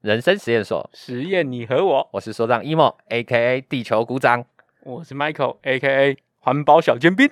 人生实验所，实验你和我，我是说让 emo A K A 地球鼓掌。我是 Michael，A K A 环保小尖兵。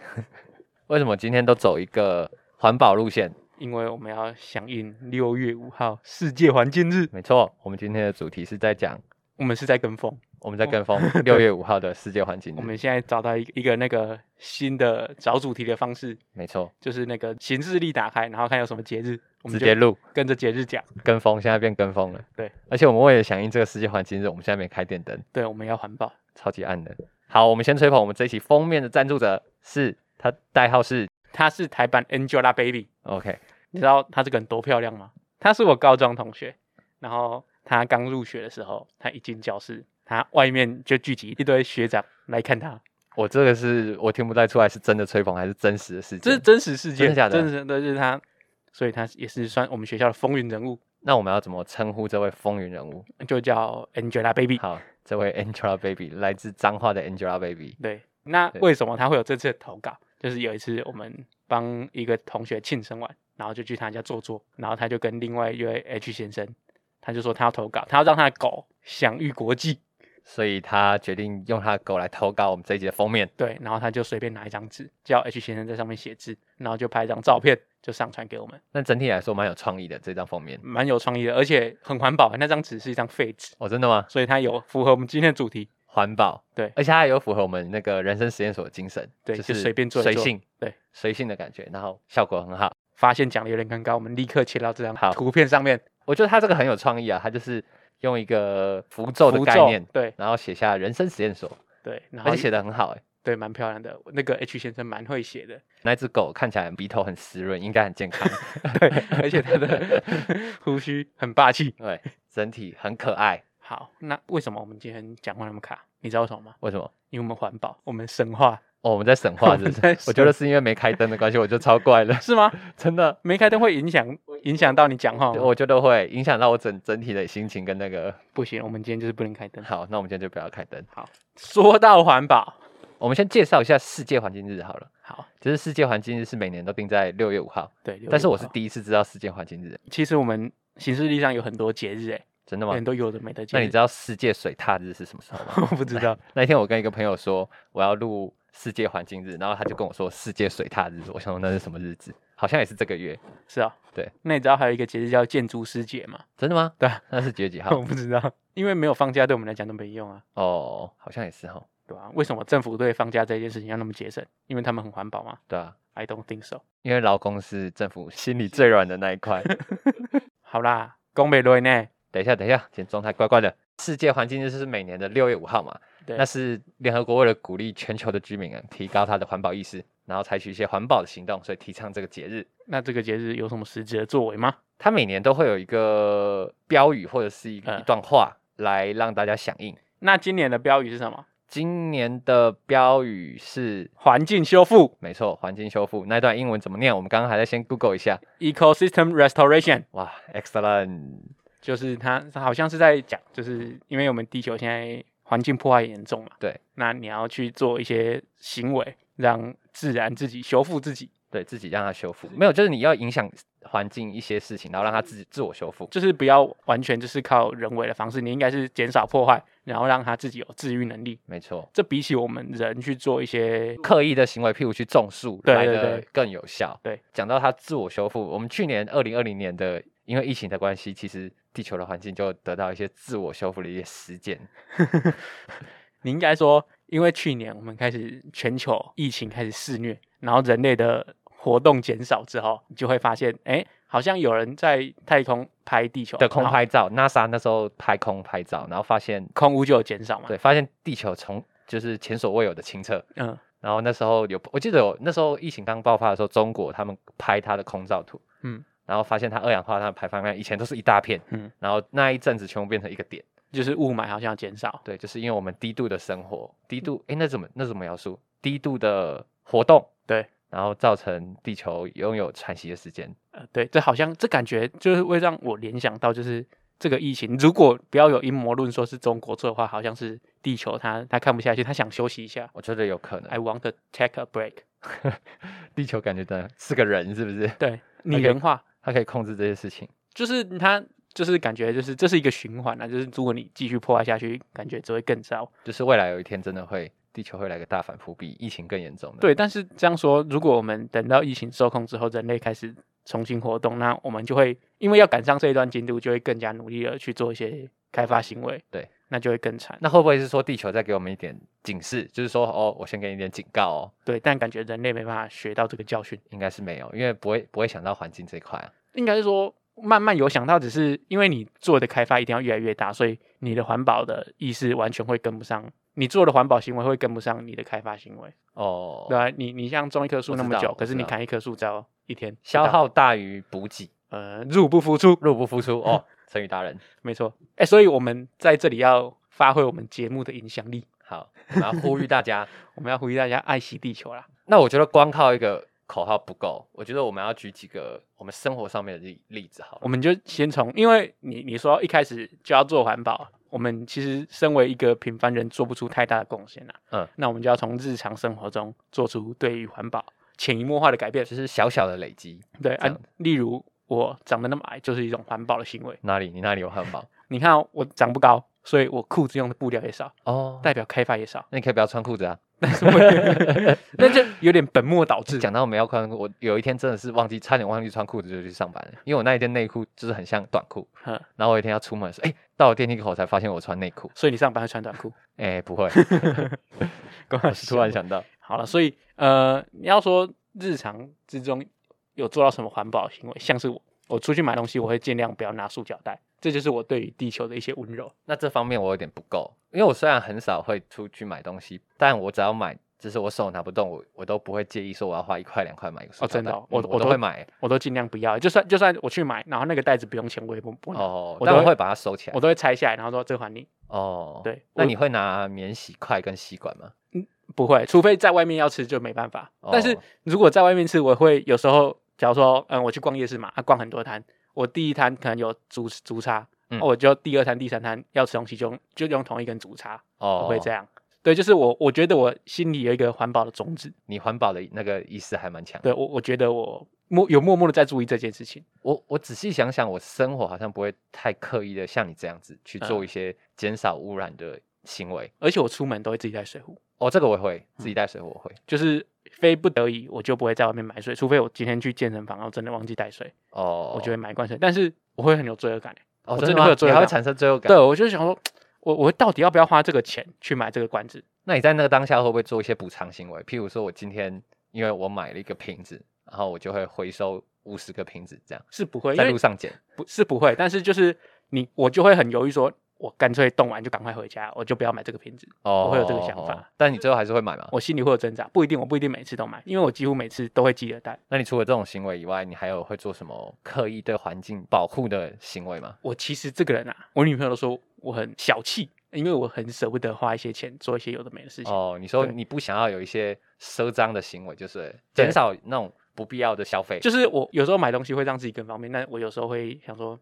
为什么今天都走一个环保路线？因为我们要响应六月五号世界环境日，没错，我们今天的主题是在讲我们是在跟风。我们在跟风 六月五号的世界环境哦我日。们现在找到一个一个那个新的找主题的方式，没错，就是那个行事历打开，然后看有什么节日，我们直就接录跟着节日讲。跟风，现在变跟风了。对，而且我们为了响应这个世界环境日，我们现在没开电灯，对，我们要环保。超级暗的。好，我们先吹捧我们这一期封面的赞助者是他代号是她是台版 Angelababy， OK，你知道她这个人多漂亮吗？她是我高中同学，然后她刚入学的时候，她一进教室，她外面就聚集一堆学长来看她，我这个是我听不太出来是真的吹捧还是真实的事这是情。真实事件，真的假的真实的就是她，所以她也是算我们学校的风云人物，那我们要怎么称呼这位风云人物？就叫 Angelababy。好，这位 Angelababy 来自彰化的 Angelababy。对，那对为什么她会有这次的投稿？就是有一次我们帮一个同学庆生完，然后就去他家坐坐，然后他就跟另外一位 H 先生，他就说他要投稿，他要让他的狗享誉国际。所以他决定用他的狗来投稿我们这一集的封面。对，然后他就随便拿一张纸，叫 H 先生在上面写字，然后就拍一张照片，就上传给我们，那整体来说蛮有创意的这张封面。蛮有创意的，而且很环保。那张纸是一张废纸，哦，真的吗？所以它有符合我们今天的主题。环保，对而且它也有符合我们那个人生实验所的精神，对就是就随便做一随做性，对，随性的感觉，然后效果很好。发现讲的有点尴尬，我们立刻切到这张好图片上面我觉得它这个很有创意啊，它就是用一个符咒的符概咒念，对然后写下人生实验所，对，然而后且写的很好哎、对蛮漂亮的，那个 H 先生蛮会写的， 那只狗看起来鼻头很湿润，应该很健康，对，而且他的 胡须很霸气。 对，整体很可爱。好，那为什么我们今天讲话那么卡？你知道为什么吗？为什么？因为我们环保，我们神话哦，我们在神话，我是不们是在？我觉得神是因为没开灯的关系，我就超怪了，是吗？真的。没开灯会影响影响到你讲话吗？我觉得会影响到我整整体的心情跟那个。不行，我们今天就是不能开灯。好，那我们今天就不要开灯。说到环保，我们先介绍一下世界环境日好了。好，就是世界环境日是每年都定在六月五号，对，但是我是6月5号第一次知道世界环境日，其实我们行事历上有很多节日，哎，真的吗很？多有的没的节那日。你知道世界水踏日是什么时候吗？ 我不知道，那一天我跟一个朋友说我要录世界环境日，然后他就跟我说世界水踏日，我想说那是什么日子？好像也是这个月，是啊，对。那你知道还有一个节日叫建筑师节吗？真的吗？对啊，那是几月几号 我？不知道，因为没有放假，对我们来讲都没用啊。哦，好像也是哈，对啊，为什么政府对放假这件事情要那么节省？因为他们很环保吗对啊， ？I don't think so。因为劳工是政府心里最软的那一 块。好啦，讲北瑞呢？等一下，等一下，今天状态怪怪的。世界环境日是每年的六月五号嘛？对那是联合国为了鼓励全球的居民啊，提高他的环保意识，然后采取一些环保的行动，所以提倡这个节日。那这个节日有什么实质的作为吗？它每年都会有一个标语或者是一个、嗯一段话来让大家响应。那今年的标语是什么？今年的标语是环境修复没错，环境修复那段英文怎么念？我们刚刚还在先 Google 一下。 （Ecosystem Restoration），哇，excellent！就是它它好像是在讲，就是因为我们地球现在环境破坏严重嘛，对，那你要去做一些行为，让自然自己修复自己，对自己让它修复，没有就是你要影响环境一些事情，然后让它自己自我修复。就是不要完全就是靠人为的方式，你应该是减少破坏，然后让它自己有治愈能力。没错，这比起我们人去做一些刻意的行为，譬如去种树，对来对的对更有效。对，讲到它自我修复，我们去年二零二零年的，因为疫情的关系，其实地球的环境就得到一些自我修复的一些实践。你应该说，因为去年我们开始全球疫情开始肆虐，然后人类的活动减少之后，你就会发现，哎，好像有人在太空拍地球的空，然后拍照，NASA 那时候拍空拍照，然后发现，空污就有减少嘛。对，发现地球从就是前所未有的清澈。嗯，然后那时候有，我记得有那时候疫情刚爆发的时候，中国他们拍它的空照图，嗯，然后发现它二氧化碳排放量以前都是一大片，嗯，然后那一阵子全部变成一个点。就是雾霾好像有减少，对，就是因为我们低度的生活，低度，哎，那怎么那怎么描述？低度的活动，对，然后造成地球拥有喘息的时间。呃，对，这好像这感觉就是会让我联想到，就是这个疫情，如果不要有阴谋论说是中国做的话，好像是地球它它看不下去，它想休息一下。我觉得有可能， I want to take a break。地球感觉真的是个人，是不是？对，OK 拟呃人化它可以控制这些事情。就是它就是感觉就是这是一个循环啊，就是如果你继续破坏下去，感觉只会更糟。就是未来有一天真的会地球会来个大反扑，比疫情更严重的。对，但是这样说，如果我们等到疫情受控之后，人类开始重新活动，那我们就会因为要赶上这一段进度，就会更加努力的去做一些开发行为。对，那就会更惨。那会不会是说地球再给我们一点警示，就是说哦，我先给你一点警告哦，对，但感觉人类没办法学到这个教训，应该是没有，因为不会不会想到环境这一块啊。应该是说慢慢有想到，只是因为你做的开发一定要越来越大，所以你的环保的意识完全会跟不上，你做的环保行为会跟不上你的开发行为。哦，对啊，你你像种一棵树我那知么道久，我可是知你道砍一棵树只要一天，消不到耗大于补给，呃入不敷出，入不敷出哦，成语达人。没错。哎，所以我们在这里要发挥我们节目的影响力，好，我们要呼吁大家。我们要呼吁大家爱惜地球啦。那我觉得光靠一个口号不够，我觉得我们要举几个我们生活上面的例例子好我了。们就先从，因为你你说一开始就要做环保，我们其实身为一个平凡人，做不出太大的贡献啦。啊嗯，那我们就要从日常生活中做出对于环保潜移默化的改变。就是小小的累积，对这啊样，例如我长得那么矮，就是一种环保的行为。哪里你哪里有汉堡你看哦、我长不高，所以我裤子用的布料也少，哦？代表开发也少， 那你可以不要穿裤子啊。那就有点本末倒置。讲到没有穿裤，我有一天真的是忘记，差点忘记穿裤子就去上班了，因为我那一件内裤就是很像短裤，嗯，然后我有一天要出门的时候，哎、到了电梯口才发现我穿内裤，所以你上班会穿短裤。 哎、不会， 我我是突然想到，好了，所以呃，你要说日常之中有做到什么环保行为，像是我我出去买东西，我会尽量不要拿塑胶袋，这就是我对于地球的一些温柔。那这方面我有点不够，因为我虽然很少会出去买东西，但我只要买，就是我手拿不动，我我都不会介意说我要花一块两块买一个塑哦胶真的袋，哦我嗯我我都都会买我都尽量不要，就算就算我去买，然后那个袋子不用钱，我也不不拿，哦，我但都我会会把它收起来我都会拆下来，然后说这还你。哦。对那我你会拿免洗筷跟吸管吗？不会，除非在外面要吃就没办法。哦但是如果在外面吃，我会有时候，假如说，嗯，我去逛夜市嘛，啊，逛很多摊，我第一摊可能有竹竹叉，嗯啊我就第二摊、第三摊要吃东西就用就用同一根竹叉，哦，我会这样。对，就是我，我觉得我心里有一个环保的种子，你环保的那个意识还蛮强的。对我，我觉得我默有默默的在注意这件事情。我我仔细想想，我生活好像不会太刻意的像你这样子去嗯做一些减少污染的行为。而且我出门都会自己带水壶，哦，这个我也会自嗯己带水，我会。就是非不得已，我就不会在外面买水，除非我今天去健身房，然后真的忘记带水，哦，我就会买一罐水。但是我会很有罪恶感，哦我真真的吗会有罪你恶还会感产生罪恶感。对，我就想说，我我到底要不要花这个钱去买这个罐子？那你在那个当下会不会做一些补偿行为？譬如说我今天因为我买了一个瓶子，然后我就会回收五十个瓶子，这样是不会，因在为路上捡。不是不会，但是就是你，我就会很犹豫说，我干脆动完就赶快回家，我就不要买这个瓶子。哦，会有这个想法哦但你最后还是会买吗？我心里会有挣扎，不一定，我不一定每次都买，因为我几乎每次都会记得带。那你除了这种行为以外，你还有会做什么刻意对环境保护的行为吗？我其实这个人啊，我女朋友都说我很小气，因为我很舍不得花一些钱做一些有的没的事情。哦，你说对你不想要有一些奢张的行为，就是对减少那种不必要的消费。就是我有时候买东西会让自己更方便，但我有时候会想说，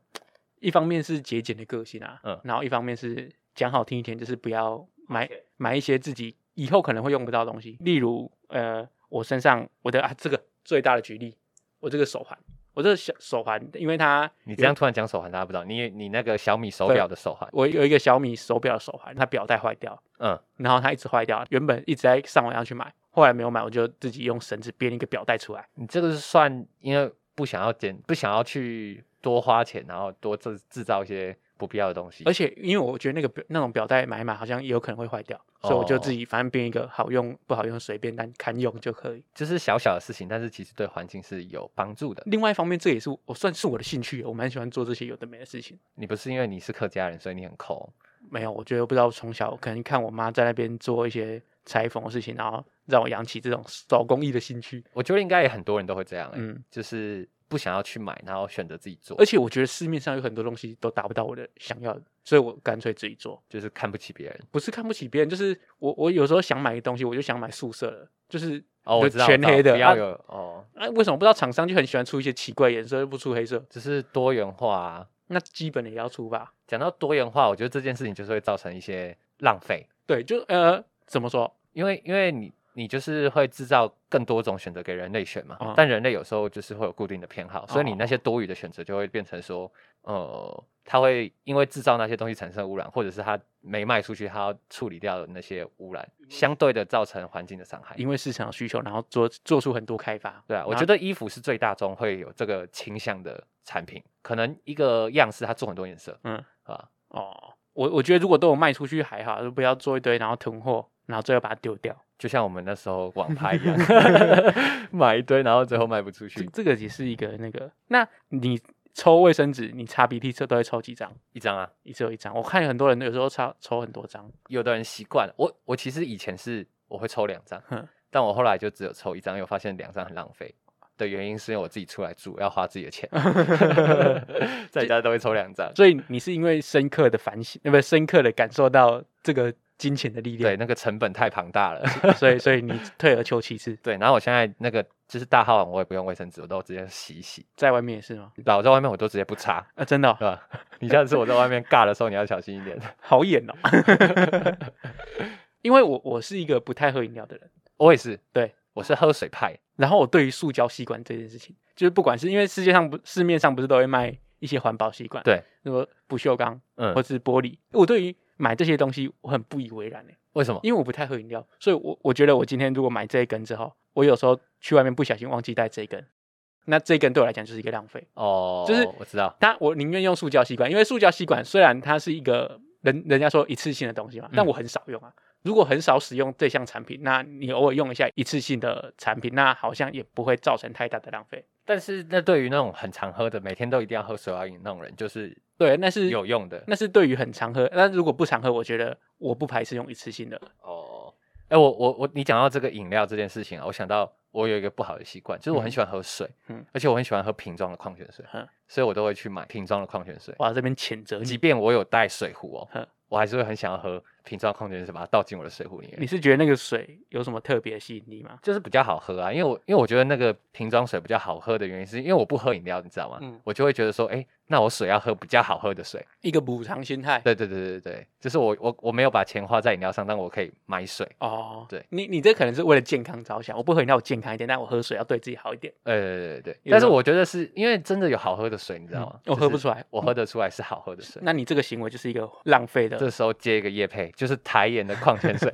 一方面是节俭的个性啊，嗯然后一方面是讲好听一点，就是不要买买一些自己以后可能会用不到的东西，例如呃，我身上我的啊这个最大的举例，我这个手环，我这个小手环，因为它你有这样突然讲手环，大家不知道，你你那个小米手对表的手环，我有一个小米手表手环，它表带坏掉，嗯，然后它一直坏掉，原本一直在上网要去买，后来没有买，我就自己用绳子编一个表带出来。你这个是算因为不想要减，不想要去多花钱，然后多制制造一些不必要的东西而。且因为我觉得那个表那种表带买一买好像也有可能会坏掉，所以我就自己反正编一个好用不好用随便，但堪用就可以。就是小小的事情，但是其实对环境是有帮助的。另外一方面，这也是我算是我的兴趣，我蛮喜欢做这些有的没的事情。你不是因为你是客家人，所以你很抠。没有，我觉得不知道从小可能看我妈在那边做一些裁缝的事情，然后让我养起这种手工艺的兴趣。我觉得应该也很多人都会这样、欸，嗯，就是不想要去买，然后选择自己做而，且我觉得市面上有很多东西都达不到我的想要的，所以我干脆自己做。就是看不起别人。不是看不起别人，就是我我有时候想买个东西，我就想买宿舍的，就是哦，我就知道，我全知道黑的，不要啊有、哦，啊，为什么不知道厂商就很喜欢出一些奇怪颜色，又不出黑色？就是多元化、啊。那基本的也要出吧？讲到多元化，我觉得这件事情就是会造成一些浪费，对，就呃，怎么说？因为因为你你就是会制造更多种选择给人类选嘛。嗯但人类有时候就是会有固定的偏好，所以你哦那些多余的选择就会变成说，呃，它会因为制造那些东西产生污染，或者是它没卖出去，它要处理掉的那些污染，相对的造成环境的伤害。因为市场需求，然后做做出很多开发。对啊，我觉然后得衣服是最大众会有这个倾向的产品，可能一个样式它做很多颜色，嗯啊，哦，我我觉得如果都有卖出去还好，就不要做一堆然后囤货，然后最后把它丢掉。就像我们那时候网拍 一样，买一堆然后最后卖不出这去，这个也是一个那个。那你抽卫生纸，你擦鼻涕这都会抽几张？一张啊。一次有一张。我看很多人有时候抽抽很多张。有的人习惯了，我我其实以前是我会抽两张哼，但我后来就只有抽一张，因为我发现两张很浪费。的原因是因为我自己出来住要花自己的钱， 在家都会抽两张。所以你是因为深刻的反省，呃，不是深刻的感受到这个金钱的力对，量，那个成本太庞大 了。所以所以你退而求其次，对，然后我现在那个就是大号碗，我也不用卫生纸，我都直接洗一洗。在外面也是吗？老在外面我都直接不擦，啊，真的哦、对吧？ 你下次我在外面尬的时候，你要小心一点。 好演哦。 因为我我是一个不太喝饮料的人，我也是，对我是喝水派，然后我对于塑胶吸管这件事情，就是不管是因为世界上不市面上不是都会卖一些环保吸管，对，什么不锈钢，嗯或，是玻璃。我对于买这些东西我很不以为然诶、欸为什么？因为我不太喝饮料，所以我我觉得我今天如果买这一根之后，我有时候去外面不小心忘记带这一根，那这一根对我来讲就是一个浪费。哦，就是我知道，但我宁愿用塑胶吸管，因为塑胶吸管虽然它是一个人人家说一次性的东西嘛，但嗯我很少用啊。如果很少使用这项产品，那你偶尔用一下一次性的产品，那好像也不会造成太大的浪费。但是那对于那种很常喝的，每天都一定要喝手摇饮那种人，就是对，那是有用的。那是对于很常喝，但如果不常喝，我觉得我不排斥用一次性的。哦，哎，我我我，你讲到这个饮料这件事情啊，我想到我有一个不好的习惯，就是我很嗯喜欢喝水，嗯而且我很喜欢喝瓶装的矿泉水嗯，所以我都会去买瓶装的矿泉水。哇，这边谴责哦你即，便我有带水壶嗯哦，我还是会很想要喝瓶装的矿泉水，把它倒进我的水壶里你面，是觉得那个水有什么特别吸引力吗？就是比较好喝啊。因为我因为我觉得那个瓶装水比较好喝的原因，是因为我不喝饮料，你知道吗？嗯我就会觉得说，哎，那我水要喝比较好喝的水。一个补偿心态。对对对对对，就是我我我没有把钱花在饮料上，但我可以买水。哦，对你你这可能是为了健康着想，我不喝饮料，我健康一点，但我喝水要对自己好一点，呃，对对对，有但是时候我觉得是因为真的有好喝的水，你知道吗？嗯我就喝不是出来我喝得出来是好喝的水。那你这个行为就是一个浪费的。这时候接一个叶配，就是台盐的矿 泉水，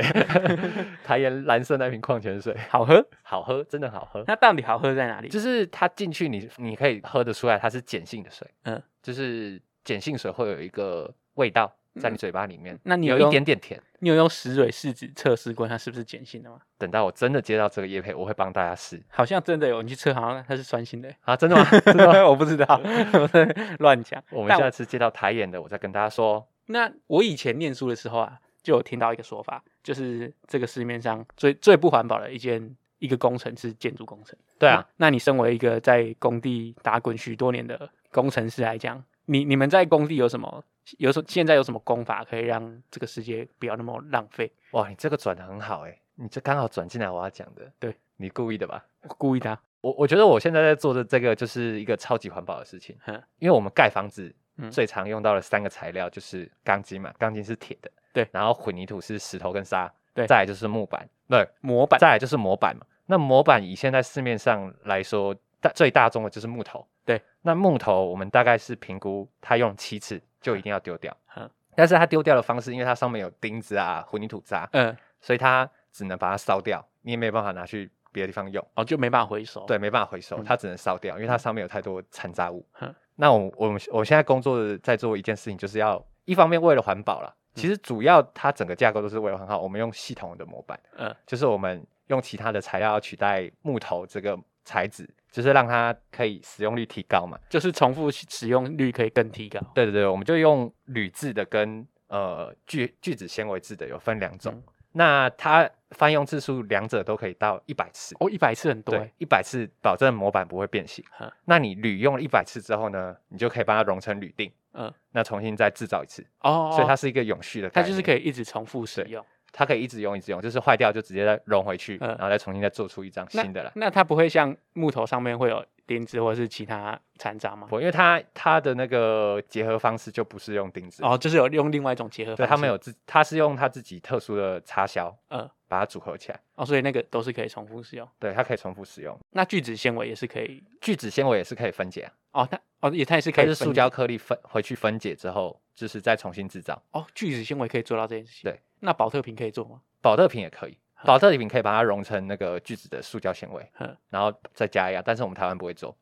台盐蓝色那瓶矿泉水，好喝，好喝，真的好喝。那到底好喝在哪里？就是它进去你你可以喝得出来，它是碱性的水，嗯嗯，就是碱性水会有一个味道在你嘴巴里面，嗯那你有有用一点点甜。你有用食水试纸测试过它是不是碱性的吗？等到我真的接到这个叶配，我会帮大家试好像真的有，你去测，好像它是酸性的。啊， 真的吗？ 真的吗我不知 道，我在乱讲。我们但下次接到台演的，我再跟大家说哦。那我以前念书的时候啊，就有听到一个说法，就是这个市面上最最不环保的一件一个工程是建筑工程。对那，，那你身为一个在工地打滚许多年的工程师来讲，你你们在工地有什么？有什现在有什么工法可以让这个世界不要那么浪费？哇，你这个转的很好哎、你这刚好转进来我要讲的，对你故意的吧？我故意的啊、我我觉得我现在在做的这个就是一个超级环保的事情嗯，因为我们盖房子嗯最常用到的三个材料就是钢筋嘛，钢筋是铁的，对然后混凝土是石头跟沙，对再来就是木板，不是，模板再来就是模板嘛。那模板以现在市面上来说，大最大宗的就是木头，对，那木头我们大概是评估它用七次就一定要丢掉嗯， 但是它丢掉的方式，因为它上面有钉子啊、混凝土渣，嗯、所以它只能把它烧掉，你也没有办法拿去别的地方用，哦，就没办法回收。对，，没办法回收嗯，它只能烧掉，因为它上面有太多残渣物嗯。那我我们我现在工作的在做一件事情，就是要一方面为了环保啦，嗯其实主要它整个架构都是为了环保，我们用系统的模板，嗯、就是我们用其他的材料取代木头这个材质，就是让它可以使用率提高嘛。就是重复使用率可以更提高。对对对，我们就用铝制的跟呃聚聚酯纤维制的有分两种，嗯那它翻用次数两者都可以到一百次。哦，一百次很多、对欸，，一百次保证模板不会变形哼。那你铝用了一百次之后呢，你就可以把它融成铝锭，嗯，那重新再制造一次，哦，所以它是一个永续的概它念。就是可以一直重复使对用。它可以一直用一直用，就是坏掉就直接再融回去，嗯然后再重新再做出一张新的来。那它不会像木头上面会有钉子或是其他残渣吗？不，因为它它的那个结合方式就不是用钉子，哦，就是有用另外一种结合对，方式，他们有自，他是用他自己特殊的插销呃把它组合起来，哦，所以那个都是可以重复使用。对，它可以重复使用。那聚酯纤维也是可以聚酯纤维也是可以分解啊，哦，它哦也它也是可它以是分塑胶颗粒分回去分解之后，就是再重新制造。哦，聚酯纤维可以做到这件事情。对，那保特瓶可以做吗？保特瓶也可以，保特瓶可以把它溶成那个聚酯的塑胶纤维嗯，然后再加压，但是我们台湾不会做，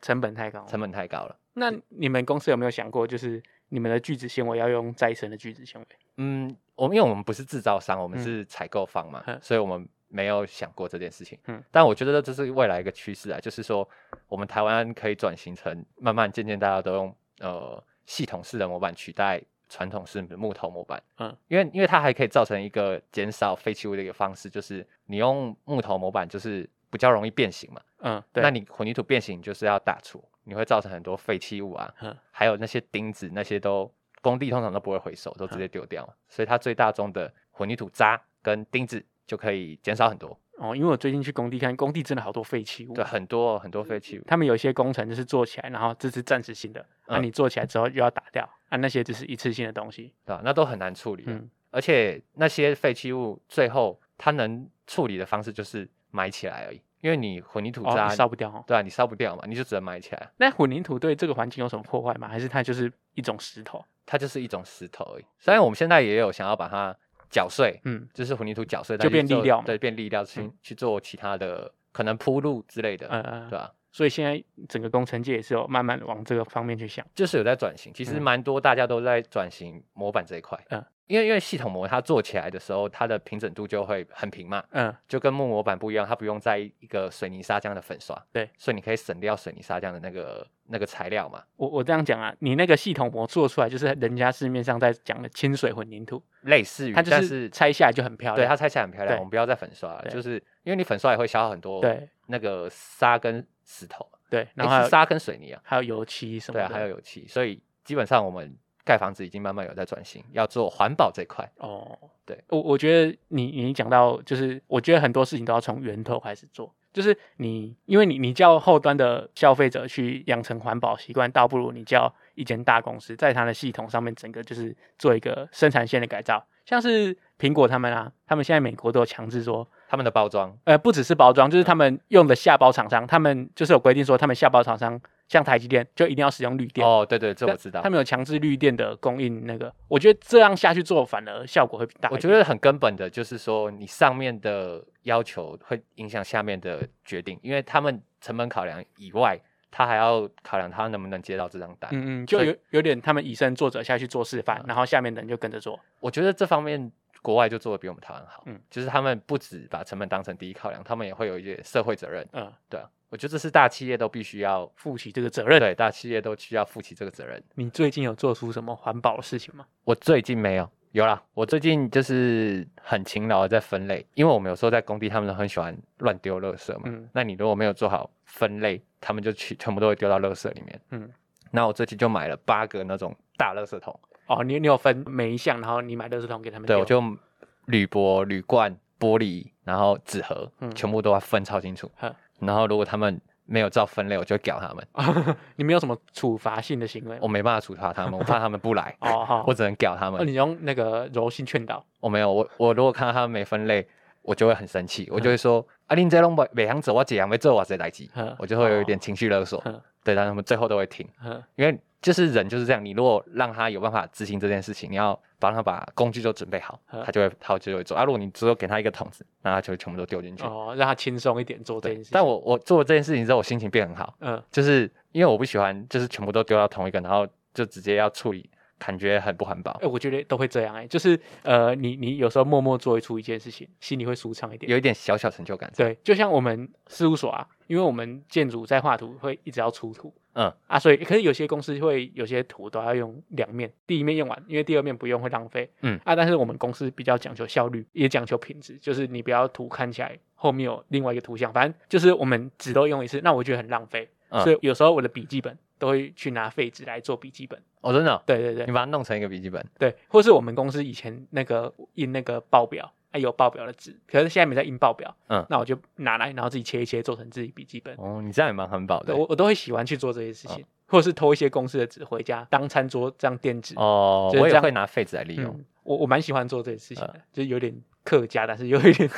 成本太高了。成本太高了。那你们公司有没有想过，就是你们的聚酯纤维要用再生的聚酯纤维？嗯，我们因为我们不是制造商，我们嗯是采购方嘛，嗯所以我们没有想过这件事情。嗯但我觉得这是未来一个趋势啊，就是说我们台湾可以转型成慢慢渐渐大家都用呃系统式的模板取代传统式的木头模板。嗯，因为因为它还可以造成一个减少废弃物的一个方式，就是你用木头模板就是比较容易变形嘛。嗯，对。那你混凝土变形就是要打除，你会造成很多废弃物啊，嗯还有那些钉子那些都工地通常都不会回收，都直接丢掉嘛，所以它最大宗的混凝土渣跟钉子就可以减少很多，哦，因为我最近去工地看，工地真的好多废弃物。对，很多很多废弃物，他们有一些工程就是做起来，然后这是暂时性的，那、嗯你做起来之后又要打掉，啊，那些只是一次性的东西。对吧、啊那都很难处理的，嗯，而且那些废弃物最后它能处理的方式就是埋起来而已，因为你混凝土哦，渣、你烧不掉哦。对啊，你烧不掉嘛，你就只能埋起来，那混凝土对这个环境有什么破坏吗？还是它就是一种石头？它就是一种石头而已。虽然我们现在也有想要把它搅碎，嗯，就是混凝土搅碎，就再去变砾做料嘛对，变砾料去、嗯去做其他的可能铺路之类的，呃，对啊呃吧、所以现在整个工程界也是有慢慢往这个方面去想。就是有在转型，其实嗯蛮多大家都在转型模板这一块，嗯因为因为系统模它做起来的时候，它的平整度就会很平嘛，嗯，就跟木模板不一样，它不用在一个水泥砂浆的粉刷，对，所以你可以省掉水泥砂浆的那个那个材料嘛，我我这样讲啊，你那个系统膜做出来就是人家市面上在讲的清水混凝土，类似于，它就但是拆下来就很漂对亮。它拆起来很漂亮，对我们不要再粉刷了，对就是因为你粉刷也会消耗很多对那个沙跟石头，对，然后诶还是有沙跟水泥啊，还有油漆什么对的，啊，还有油漆，所以基本上我们盖房子已经慢慢有在转型，要做环保这一块。哦，对我我觉得你你讲到就是，我觉得很多事情都要从源头开始做，就是你因为你你叫后端的消费者去养成环保习惯，倒不如你叫一间大公司在它的系统上面整个就是做一个生产线的改造，像是苹果他们啊，他们现在美国都有强制说他们的包装，呃，不只是包装，嗯就是他们用的下包厂商，他们就是有规定说，他们下包厂商像台积电就一定要使用绿电。哦，对对，这我但知道他。们有强制绿电的供应。那个，我觉得这样下去做反而效果会比大一我点。觉得很根本的就是说，你上面的要求会影响下面的决定，因为他们成本考量以外，他还要考量他能不能接到这张单。嗯嗯，就所以有有点他们以身作则下去做示嗯范，然后下面的人就跟着做。我觉得这方面国外就做的比我们台湾好，嗯就是他们不止把成本当成第一考量，他们也会有一些社会责任。嗯，对啊，我觉得这是大企业都必须要，负起这个责任。对大企业都需要负起这个责任。你最近有做出什么环保的事情吗？我最近没有，有啦，我最近就是很勤劳的在分类，因为我们有时候在工地，他们都很喜欢乱丢垃圾嘛。嗯那你如果没有做好分类，他们就去全部都会丢到垃圾里面。嗯，那我最近就买了八个那种大垃圾桶，哦，你你有分每一项，然后你买垃圾桶给他们对丢。我就铝箔、铝罐、玻璃，然后纸盒，嗯全部都要分超清楚。呵然后如果他们没有照分类，我就会屌他们， 你没有什么处罚性的行为吗，我没办法处罚他们，我怕他们不来 哦好我只能屌他们哦，。你用那个柔性劝导。我哦没有，我我如果看到他们没分类，我就会很生气，我就会说、啊，你这拢每每行走，我几行没做，我谁来记嗯？我就会有一点情绪勒索，嗯对，但他们最后都会听，嗯，因为就是人就是这样，你如果让他有办法执行这件事情，你要帮他把工具都准备好，嗯他就会他就会做。啊，如果你只有给他一个桶子，那他就会全部都丢进去。哦，让他轻松一点做这对件事。，但我我做这件事情之后，我心情变很好，嗯，就是因为我不喜欢就是全部都丢到同一个，然后就直接要处理，感觉很不环保哎、。我觉得都会这样哎、就是呃，你你有时候默默做一出一件事情，心里会舒畅一点。有一点小小成就感，对，就像我们事务所啊，因为我们建筑在画图会一直要出图，嗯啊，所以可是有些公司会有些图都要用两面，第一面用完，因为第二面不用会浪费，嗯啊，但是我们公司比较讲求效率，也讲求品质，就是你不要图看起来后面有另外一个图像，反正就是我们纸都用一次，那我觉得很浪费，嗯所以有时候我的笔记本都会去拿废纸来做笔记本，哦，真的哦、对对对你把它弄成一个笔记本，对，或是我们公司以前那个印那个报表，哎有报表的纸，可是现在没在印报表，嗯那我就拿来，然后自己切一切，做成自己笔记本。哦，你这样也蛮环保的对，我我都会喜欢去做这些事情，或者是偷一些公司的纸回家当餐桌这样垫纸。哦就。是我这也样会拿废纸来利用，嗯，我我蛮喜欢做这些事情的，嗯就有点客家，但是有一 点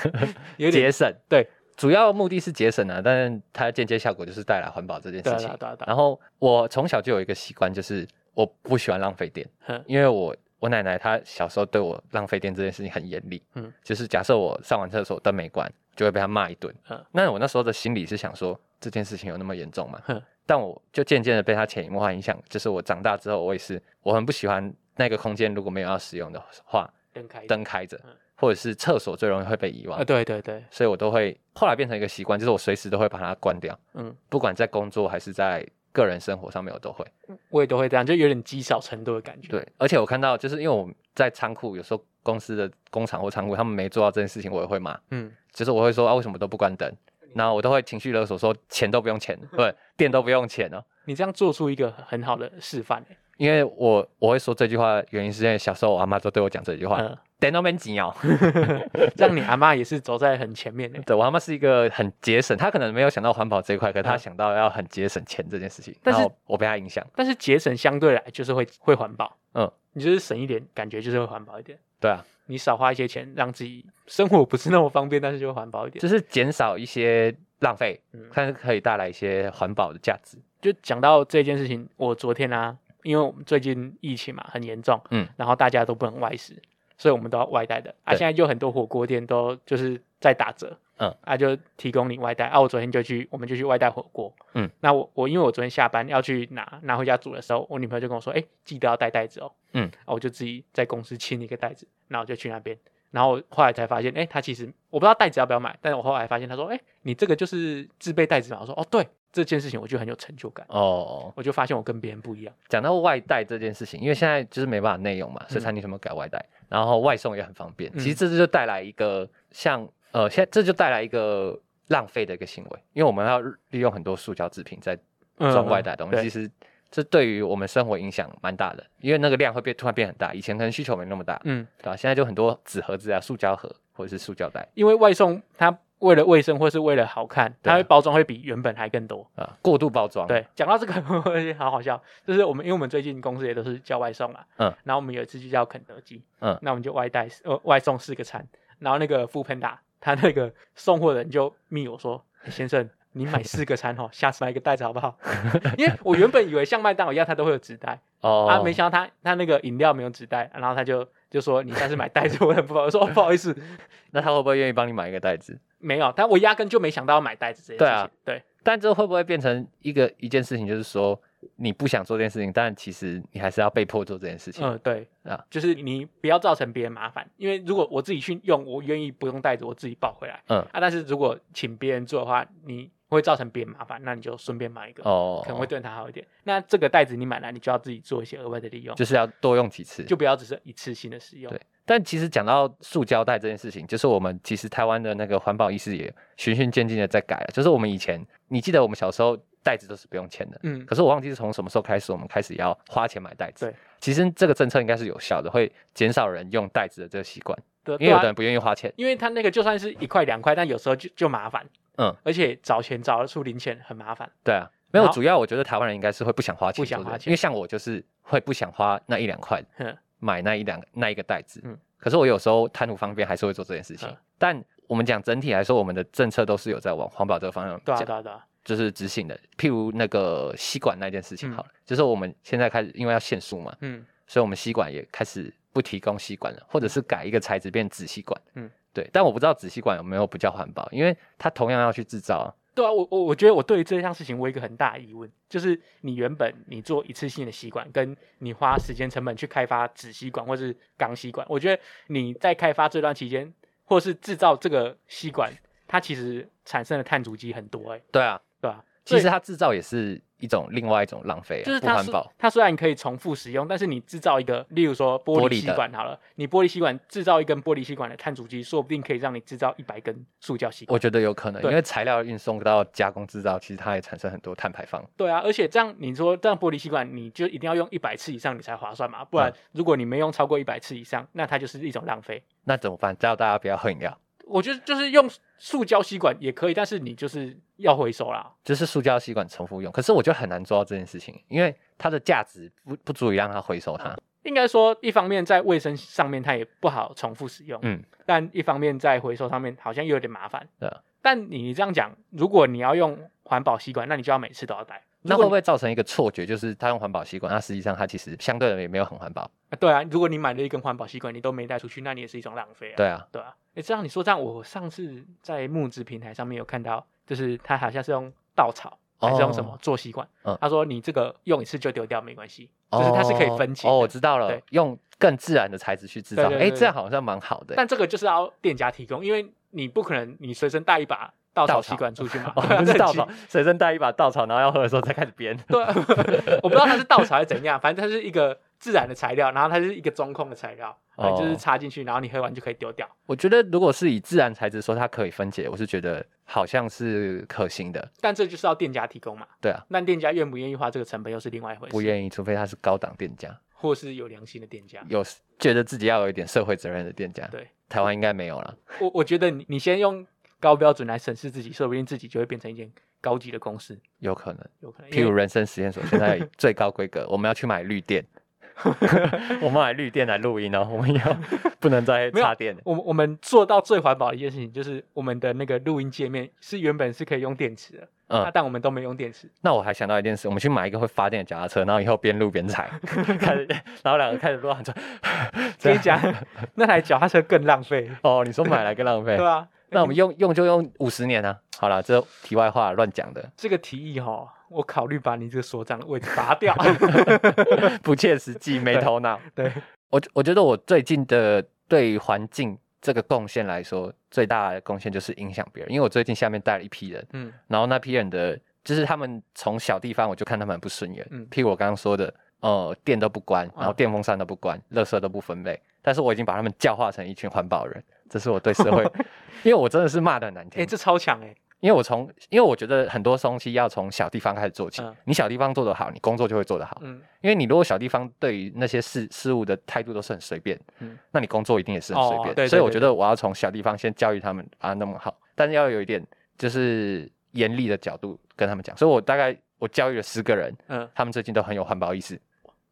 有点节省。对，主要目的是节省啊，但是它间接效果就是带来环保这件对啊事对啊情。对啊对啊然后我从小就有一个习惯，就是我不喜欢浪费电哼，因为我我奶奶她小时候对我浪费电这件事情很严厉，嗯嗯，就是假设我上完厕所灯没关，就会被她骂一顿，嗯嗯，那我那时候的心里是想说这件事情有那么严重吗哼？但我就渐渐的被她潜移默化影响，就是我长大之后，我也是我很不喜欢那个空间如果没有要使用的话，灯开灯开着嗯，或者是厕所最容易会被遗忘啊，，对对对，所以我都会后来变成一个习惯，就是我随时都会把它关掉，嗯，不管在工作还是在个人生活上面，我都会。我也都会这样，就有点积少成多的感觉。对，而且我看到就是因为我在仓库，有时候公司的工厂或仓库他们没做到这件事情，我也会骂，嗯，就是我会说啊为什么都不关灯，然后我都会情绪勒索说钱都不用钱，不是电都不用钱哦。你这样做出一个很好的示范、欸，因为我我会说这句话，原因是因为小时候我阿妈都对我讲这句话，嗯电都没钱哦。 让你阿妈也是走在很前面的、欸对我阿妈是一个很节省，她可能没有想到环保这一块，可是她嗯想到要很节省钱这件事情，但是然后我被她影响。但是节省相对来就是会会环保，嗯，你就是省一点，感觉就是会环保一点。对啊，你少花一些钱，让自己生活不是那么方便，但是就会环保一点。就是减少一些浪费，嗯但是可以带来一些环保的价值。就讲到这件事情，我昨天啊，因为我们最近疫情嘛很严重，嗯，然后大家都不能外食，所以我们都要外带的。啊，对现在就很多火锅店都就是在打折，嗯，啊就提供你外带。啊，我昨天就去，我们就去外带火锅，嗯，那我我因为我昨天下班要去拿拿回家煮的时候，我女朋友就跟我说，哎、记得要带袋子哦，嗯，啊，我就自己在公司清一个袋子，然后我就去那边。然后我后来才发现，哎，他其实我不知道袋子要不要买，但是我后来发现，他说，哎，你这个就是自备袋子嘛。我说，哦，对，这件事情我就很有成就感。哦，我就发现我跟别人不一样。讲到外带这件事情，因为现在就是没办法内用嘛，所以嗯餐厅全部改外带，然后外送也很方便。嗯其实这就带来一个像呃，现在这就带来一个浪费的一个行为，因为我们要利用很多塑胶制品在装外带的东西，嗯对其实这对于我们生活影响蛮大的，因为那个量会变突然变很大，以前可能需求没那么大，嗯，对啊吧、现在就很多纸盒子啊、塑胶盒或者是塑胶袋因为外送它为了卫生或是为了好看，对它啊会包装会比原本还更多。啊、过度包装，对，讲到这个 我也好好笑，就是我们因为我们最近公司也都是叫外送嘛，嗯，然后我们有一次就叫肯德基，嗯那我们就外带呃外送四个餐，然后那个富 panda 他那个送货人就密我 说，欸先生。你买四个餐哦，下次买一个袋子好不好？因为我原本以为像麦当劳一样，它都会有纸袋，哦，啊，没想到他他那个饮料没有纸袋，然后他就就说你下次买袋子，我很不好，我说、哦、不好意思，那他会不会愿意帮你买一个袋子？没有，但我压根就没想到要买袋子这件对事啊情。对但这会不会变成一个一件事情，就是说你不想做这件事情，但其实你还是要被迫做这件事情？嗯，对啊，就是你不要造成别人麻烦，因为如果我自己去用，我愿意不用袋子，我自己抱回来。嗯啊，但是如果请别人做的话，你会造成别人麻烦，那你就顺便买一个，哦可，能会对他好一点。那这个袋子你买来，你就要自己做一些额外的利用，就就是要多用几次。不要只是一次性的使用。对但其实讲到塑胶袋这件事情，就是我们其实台湾的那个环保意识也循序渐进的在改了。就是我们以前，你记得我们小时候袋子都是不用钱的，嗯可是我忘记是从什么时候开始，我们开始要花钱买袋子。对，其实这个政策应该是有效的，会减少人用袋子的这个习惯，对，因对为有啊的人不愿意花钱。因为他那个就算是一块两块，但有时候就就麻烦，嗯，而且找钱找得出零钱很麻烦，对啊，没有，然后主要我觉得台湾人应该是会不想花钱做不这想个，花钱因为像我就是会不想花那一两块哼，买那一两那一个袋子，嗯可是我有时候贪图方便还是会做这件事情。嗯但我们讲整体来说，我们的政策都是有在往环保这个方向对讲，啊对啊对啊，就是执行的。譬如那个吸管那件事情嗯好了，就是我们现在开始因为要限速嘛，嗯，所以我们吸管也开始不提供吸管了，或者是改一个材质变纸吸管。嗯嗯，对，但我不知道纸吸管有没有不叫环保，因为它同样要去制造啊。对啊，我我我觉得我对于这项事情我有一个很大的疑问，就是你原本你做一次性的吸管，跟你花时间成本去开发纸吸管或是钢吸管，我觉得你在开发这段期间，或是制造这个吸管，它其实产生的碳足迹很多哎、欸，对啊，对吧、其所实以它制造也是一种另外一种浪费、啊，就是不它环虽保。它虽然可以重复使用，但是你制造一个，例如说玻玻璃璃吸的管好了，你玻璃吸管制造一根玻璃吸管的碳足迹，说不定可以让你制造一百根塑胶吸管。我觉得有可能，因对为材料运送到加工制造，其实它也产生很多碳排放。对啊，而且这样你说这样玻璃吸管，你就一定要用一百次以上你才划算嘛，不然嗯如果你没用超过一百次以上，那它就是一种浪费。那怎么办？叫大家不要喝饮料，我觉得就是用塑胶吸管也可以，但是你就是要回收啦。就是塑胶吸管重复用。可是我就很难做到这件事情，因为它的价值不不足以让它回收它。应该说，一方面在卫生上面它也不好重复使用，嗯，但一方面在回收上面好像又有点麻烦。对啊但你这样讲，如果你要用环保吸管，那你就要每次都要带。那如果会你不会造成一个错觉，就是它用环保吸管，那实际上它其实相对的也没有很环保。啊对啊，如果你买了一根环保吸管，你都没带出去，那你也是一种浪费啊。对啊，对啊，哎，这样你说这样，我上次在木质平台上面有看到，就是他好像是用稻草还是用什么哦做吸管，嗯他说你这个用一次就丢掉没关系，就是它是可以分解哦。哦，的我知道了对，用更自然的材质去制对造，对哎，对这样好像蛮好的。 但这个就是要店家提供，因为你不可能你随身带一把稻草稻吸草管出去嘛，哦，对啊不是这很稻奇草，随身带一把稻草，然后要喝的时候再开始编。对啊， 我不知道它是稻草还是怎样，反正它是一个自然的材料，然后它是一个中空的材料，哦你就是插进去，然后你喝完就可以丢掉。我觉得如果是以自然材质说它可以分解，我是觉得好像是可行的。但这就是要店家提供嘛，对啊，那店家愿不愿意花这个成本又是另外一回事，不愿意，除非他是高档店家，或是有良心的店家。有觉得自己要有一点社会责任的店家。对，台湾应该没有了。我我觉得你你先用高标准来审视自己，说不定自己就会变成一间高级的公司，有可能，有可能。譬因如为人生实验所现在最高规格，我们要去买绿 电，我们买绿电来录音哦，我们 要不能再没有插电了。我们我们做到最环保的一件事情，就是我们的那个录音界面是原本是可以用电池的，啊嗯，但我们都没 用电池。那我还想到一件事，我们去买一个会发电的脚踏车，然后以后边录边踩， 开始，然后两个开始乱说， 这跟你样讲，那台脚踏车更浪费，哦，你说买来更浪费 对，啊吧、 那我们用用就用五十年啊。好了，这题外话乱讲的， 这个提议哈、我考虑把你这个所长的位置 拔掉。不切实际，没头脑。对，我我觉得我最近的对环境这个贡献来说，最大的贡献就是影响别人。因为我最近下面带了一批人，嗯，然后那批人的就是他们从小地方我就看他们很不顺眼，嗯譬如我刚刚说的，呃，电都不关，然后嗯电风扇都不关，垃圾都不分类，但是我已经把他们教化成一群环保人。这是我对社会， 因为我真的是骂的很难哎、听，这超强哎、因为我从，因为我觉得很多东西要从小地方开始做起。嗯你小地方做得好，你工作就会做得好。嗯，因为你如果小地方对于那些事事物的态度都是很随便，嗯那你工作一定也是很随便。哦对对所以我对觉得我要从小地方先教育他们把它弄好，但是要有一点就是严厉的角度跟他们讲。所以我大概我教育了十个人，嗯，他们最近都很有环保意识。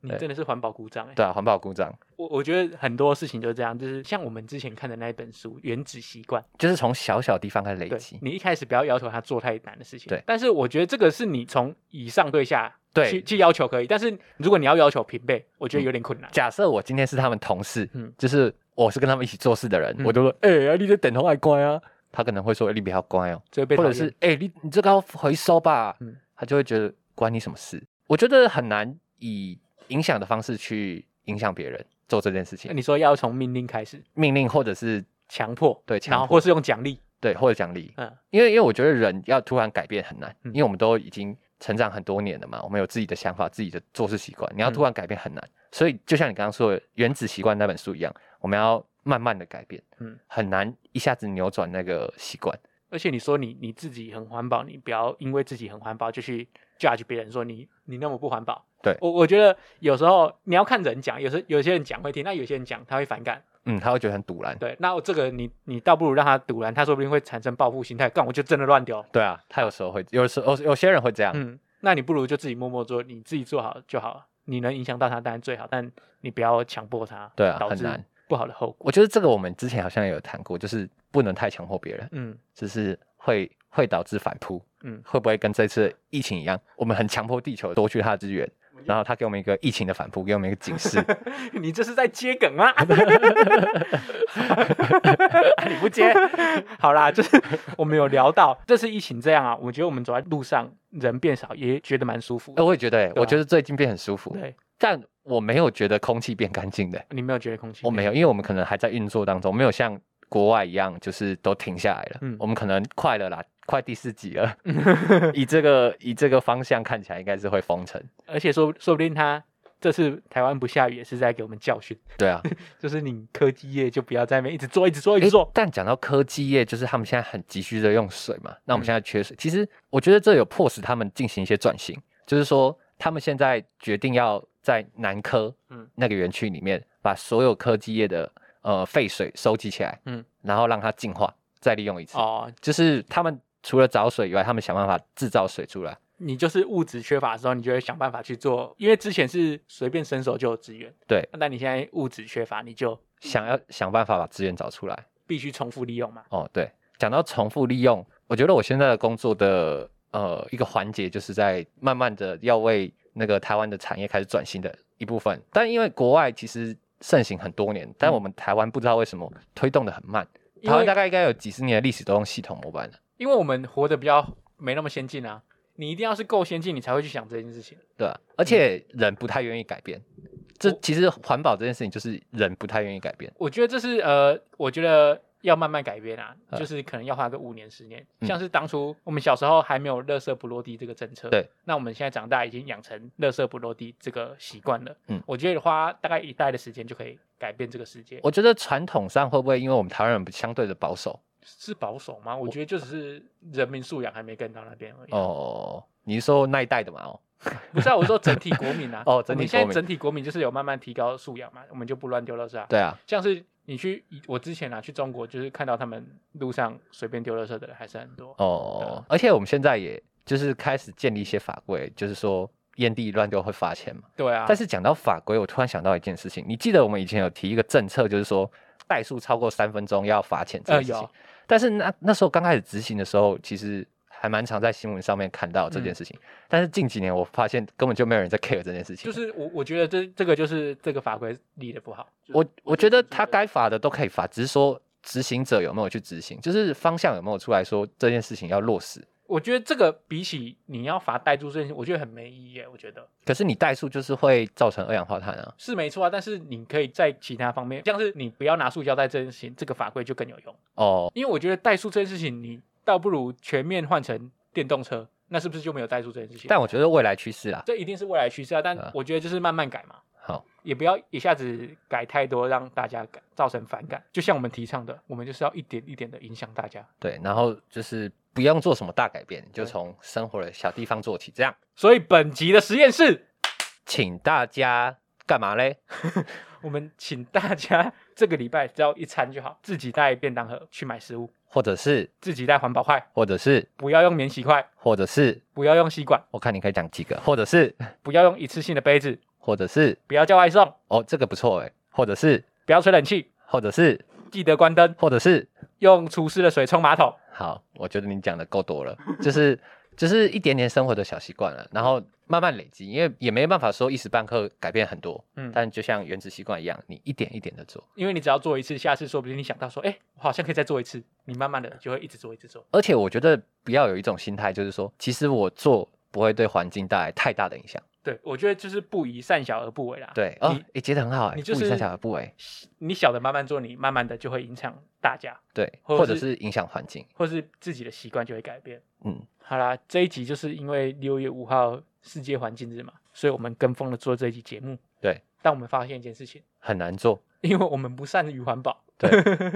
你对真的是环保鼓掌哎、对啊，环保鼓掌，我我觉得很多事情就是这样，就是像我们之前看的那一本书《原子习惯》，就是从小小地方开始累对积。你一开始不要要求他做太难的事情，对但是我觉得这个是你从以上对下对嗯去去要求可以，但是如果你要要求平辈，我觉得有点困难。假设我今天是他们同事，嗯就是我是跟他们一起做事的人，嗯我就说，哎、啊你这等红爱乖啊，他可能会说，哎你比较乖哦，就会被或者讨厌是，哎、你你这个要回收吧，嗯他就会觉得关你什么事？我觉得很难以影响的方式去影响别人做这件事情，你说要从命令开始，命令或者是强迫，对然后强迫或是用奖励，对或者奖励，嗯因为因为我觉得人要突然改变很难，嗯因为我们都已经成长很多年了嘛，我们有自己的想法、自己的做事习惯，你要嗯突然改变很难。所以就像你刚刚说的《原子习惯》那本书一样，我们要慢慢的改变，嗯嗯，很难一下子扭转那个习惯。而且你说你你自己很环保，你不要因为自己很环保就去 judge 别人说你你那么不环保。对我我觉得有时候你要看人讲，有时有些人讲会听，那有些人讲他会反感。嗯，他会觉得很堵然。对，那我这个你你倒不如让他堵然，他说不定会产生报复心态，干我就真的乱丢。对啊，他有时候会，有时候有些人会这样，嗯，那你不如就自己默默做，你自己做好就好了。你能影响到他当然最好，但你不要强迫他，对啊导很致难不好的后果。我觉得这个我们之前好像也有谈过，就是不能太强迫别人，嗯就是会会导致反扑。 嗯，会不会跟这次疫情一样，我们很强迫地球夺取它的资源，然后它给我们一个疫情的反扑，给我们一个警示。 你这是在接梗 啊吗？你不接，好啦，就是我们有聊到这次疫情这样啊，我觉得我们走在路上人变少，也觉得蛮舒服哎，的。我也觉得、欸，对啊我觉得最近变很舒服，对，啊但我没有觉得空气变干净的欸、你没有觉得空气？我没有。有，因为我们可能还在运作当中，没有像国外一样，就是都停下来了。嗯我们可能快了啦，快第四集了。以这个以这个方向看起来，应该是会封城。 而且说说不定他这次台湾不下雨也是在给我们教训，对啊，就是你科技业就不要在那边一直做，一直做，一直诶做。但讲到科技业，就是他们现在很急需的用水嘛，那我们嗯现在缺水，其实我觉得这有迫使他们进行一些转型，就是说他们现在决定要在南科嗯那个园区里面把所有科技业的呃废水收集起来，嗯然后让它净化再利用一次，哦，就是他们除了找水以外，他们想办法制造水出来。你就是物质缺乏的时候，你就会想办法去做，因为之前是随便伸手就有资源，对，那你现在物质缺乏，你就想要想办法把资源找出来。必须重复利用嘛。哦，对，讲到重复利用，我觉得我现在的工作的呃一个环节，就是在慢慢的要为那个台湾的产业开始转型的一部分。但因为国外其实盛行很多年，但嗯我们台湾不知道为什么推动的很慢。因台湾大为概应该有几十年的历史都用系统模板了。因为我们活得比较没那么先进啊，你一定要是够先进，你才会去想这件事情。对啊，而且人不太愿意改变。这嗯我其实环保这件事情，就是人不太愿意改变。我觉得这是呃，我觉得要慢慢改变啊，呃就是可能要花个五年十年。嗯像是当初我们小时候还没有“垃圾不落地”这个政策，对，那我们现在长大已经养成“垃圾不落地”这个习惯了。嗯我觉得花大概一代的时间就可以改变这个世界。我觉得传统上会不会因为我们台湾人不相对的保守？是保守吗？我觉得就只是人民素养还没跟到那边而已。，啊哦，你是说那一代的嘛？哦，。不是、啊，我说整体国民啊 哦我整体们现国在民整体国民就是有慢慢提高素养嘛，我们就不乱丢垃圾啊。对啊，像是你去，我之前啊去中国，就是看到他们路上随便丢垃圾的人还是很多。哦，而且我们现在也就是开始建立一些法规，就是说烟蒂乱丢会罚钱嘛。对啊，但是讲到法规，我突然想到一件事情，你记得我们以前有提一个政策，就是说怠速超过三分钟要罚钱这呃件事情。有，但是那那时候刚开始执行的时候，其实还蛮常在新闻上面看到嗯这件事情。但是近几年我发现根本就没有人在 care 这件事情。就是我我觉得这这个就是这个法规立的不好。就是我我觉得就是他该罚的都可以罚，只是说执行者有没有去执行，就是方向有没有出来说这件事情要落实。我觉得这个比起你要罚代住这件事，我觉得很没意义耶。我觉得可是你怠速就是会造成二氧化碳啊。是没错啊，但是你可以在其他方面，像是你不要拿塑胶袋这件事情，这个法规就更有用。哦，因为我觉得代塑这件事情，你倒不如全面换成电动车，那是不是就没有代塑这件事情？但我觉得未来趋势啦，这一定是未来趋势啊，但啊我觉得就是慢慢改嘛。好，也不要一下子改太多，让大家改造成反感。就像我们提倡的，我们就是要一点一点的影响大家。对，然后就是不用做什么大改变，就对从生活的小地方做起。这样，所以本集的实验室，请大家干嘛嘞？我们请大家 这个礼拜只要一餐就好，自己带便当盒去买食物，或者是，自己带环保筷，或者是，不要用免洗筷，或者是，不要用吸管，我看你可以讲几个，或者是，不要用一次性的杯子，或者是，不要叫外送，哦，这个不错诶，或者是，不要吹冷气，或者是，记得关灯，或者是，用除湿的水冲马桶。好，我觉得你讲的够多了，就是就是一点点生活的小习惯了，然后慢慢累积，因为也没办法说一时半刻改变很多，嗯，但就像原子习惯一样，你一点一点的做。因为你只要做一次，下次说不定你想到说，哎、我好像可以再做一次，你慢慢的就会一直做，一直做。而且我觉得不要有一种心态，就是说，其实我做不会对环境带来太大的影响。对，我觉得就是不以善小而不为啦。对，哦啊你，也觉得很好哎、你就不以善是小而不为，你小的慢慢做，你慢慢的就会影响大家，对，或或者是是影响环境，或是自己的习惯就会改变。嗯，好啦，这一集就是因为六月五号世界环境日嘛，所以我们跟风的做这一集节目。对，但我们发现一件事情，很难 做。因为我们不善于环保，对，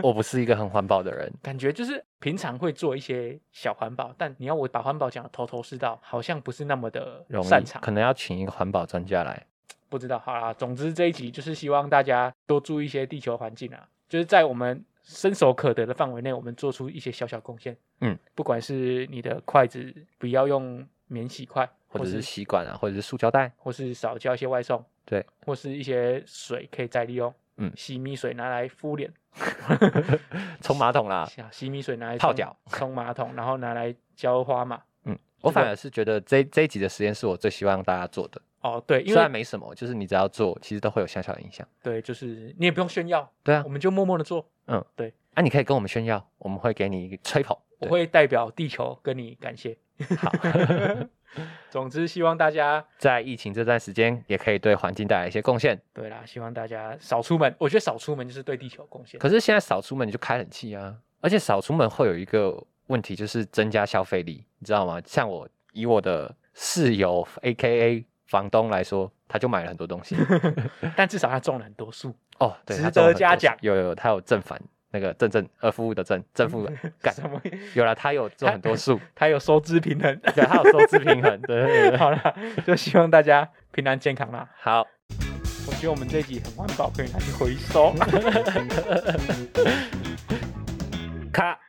我不是一个很环保的人，感觉就是平常会做一些小环保，但你要我把环保讲的头头是道，好像不是那么的容易擅长。可能要请一个环保专家来。不知道，好啦，总之这一集就是希望大家多注意一些地球环境啊，就是在我们伸手可得的范围内，我们做出一些小小贡献。嗯，不管是你的筷子不要用免洗筷，或者或是是吸管啊，或者是塑胶袋，或是少交一些外送，对，或是一些水可以再利用。嗯洗米水拿来敷脸，冲马桶啦。啊洗米水拿来泡冲脚、冲马桶，然后拿来浇花嘛。嗯，我这个反而是觉得这这一集的实验是我最希望大家做的，哦，对，因虽然为没什么，就是你只要做，其实都会有小小的影响。对，就是你也不用炫耀，对啊我，们就默默的做。啊，你可以跟我们炫耀，我们会给你一个吹捧。我对会代表地球跟你感谢。好， 总之，希望大家在疫情这段时间，也可以对环境带来一些贡献。对啦，希望大家少出门。我觉得少出门就是对地球有贡献。可是现在少出门你就开冷气啊，而且少出门会有一个问题，就是增加消费力，你知道吗？像我以我的室友 A K A 房东来说，他就买了很多东 西。但至少他种了很 多树，哦，对，值他中得了很嘉多奖有有有，他有正反那个正正呃负的正正 负的干，什么？有了他有做很多数，他有收支平衡。 对，他有收支平衡，对对对对。 好啦，就希望大家平安健康啦。好，我觉得我们这一集很环 保，可以拿去回收。咔。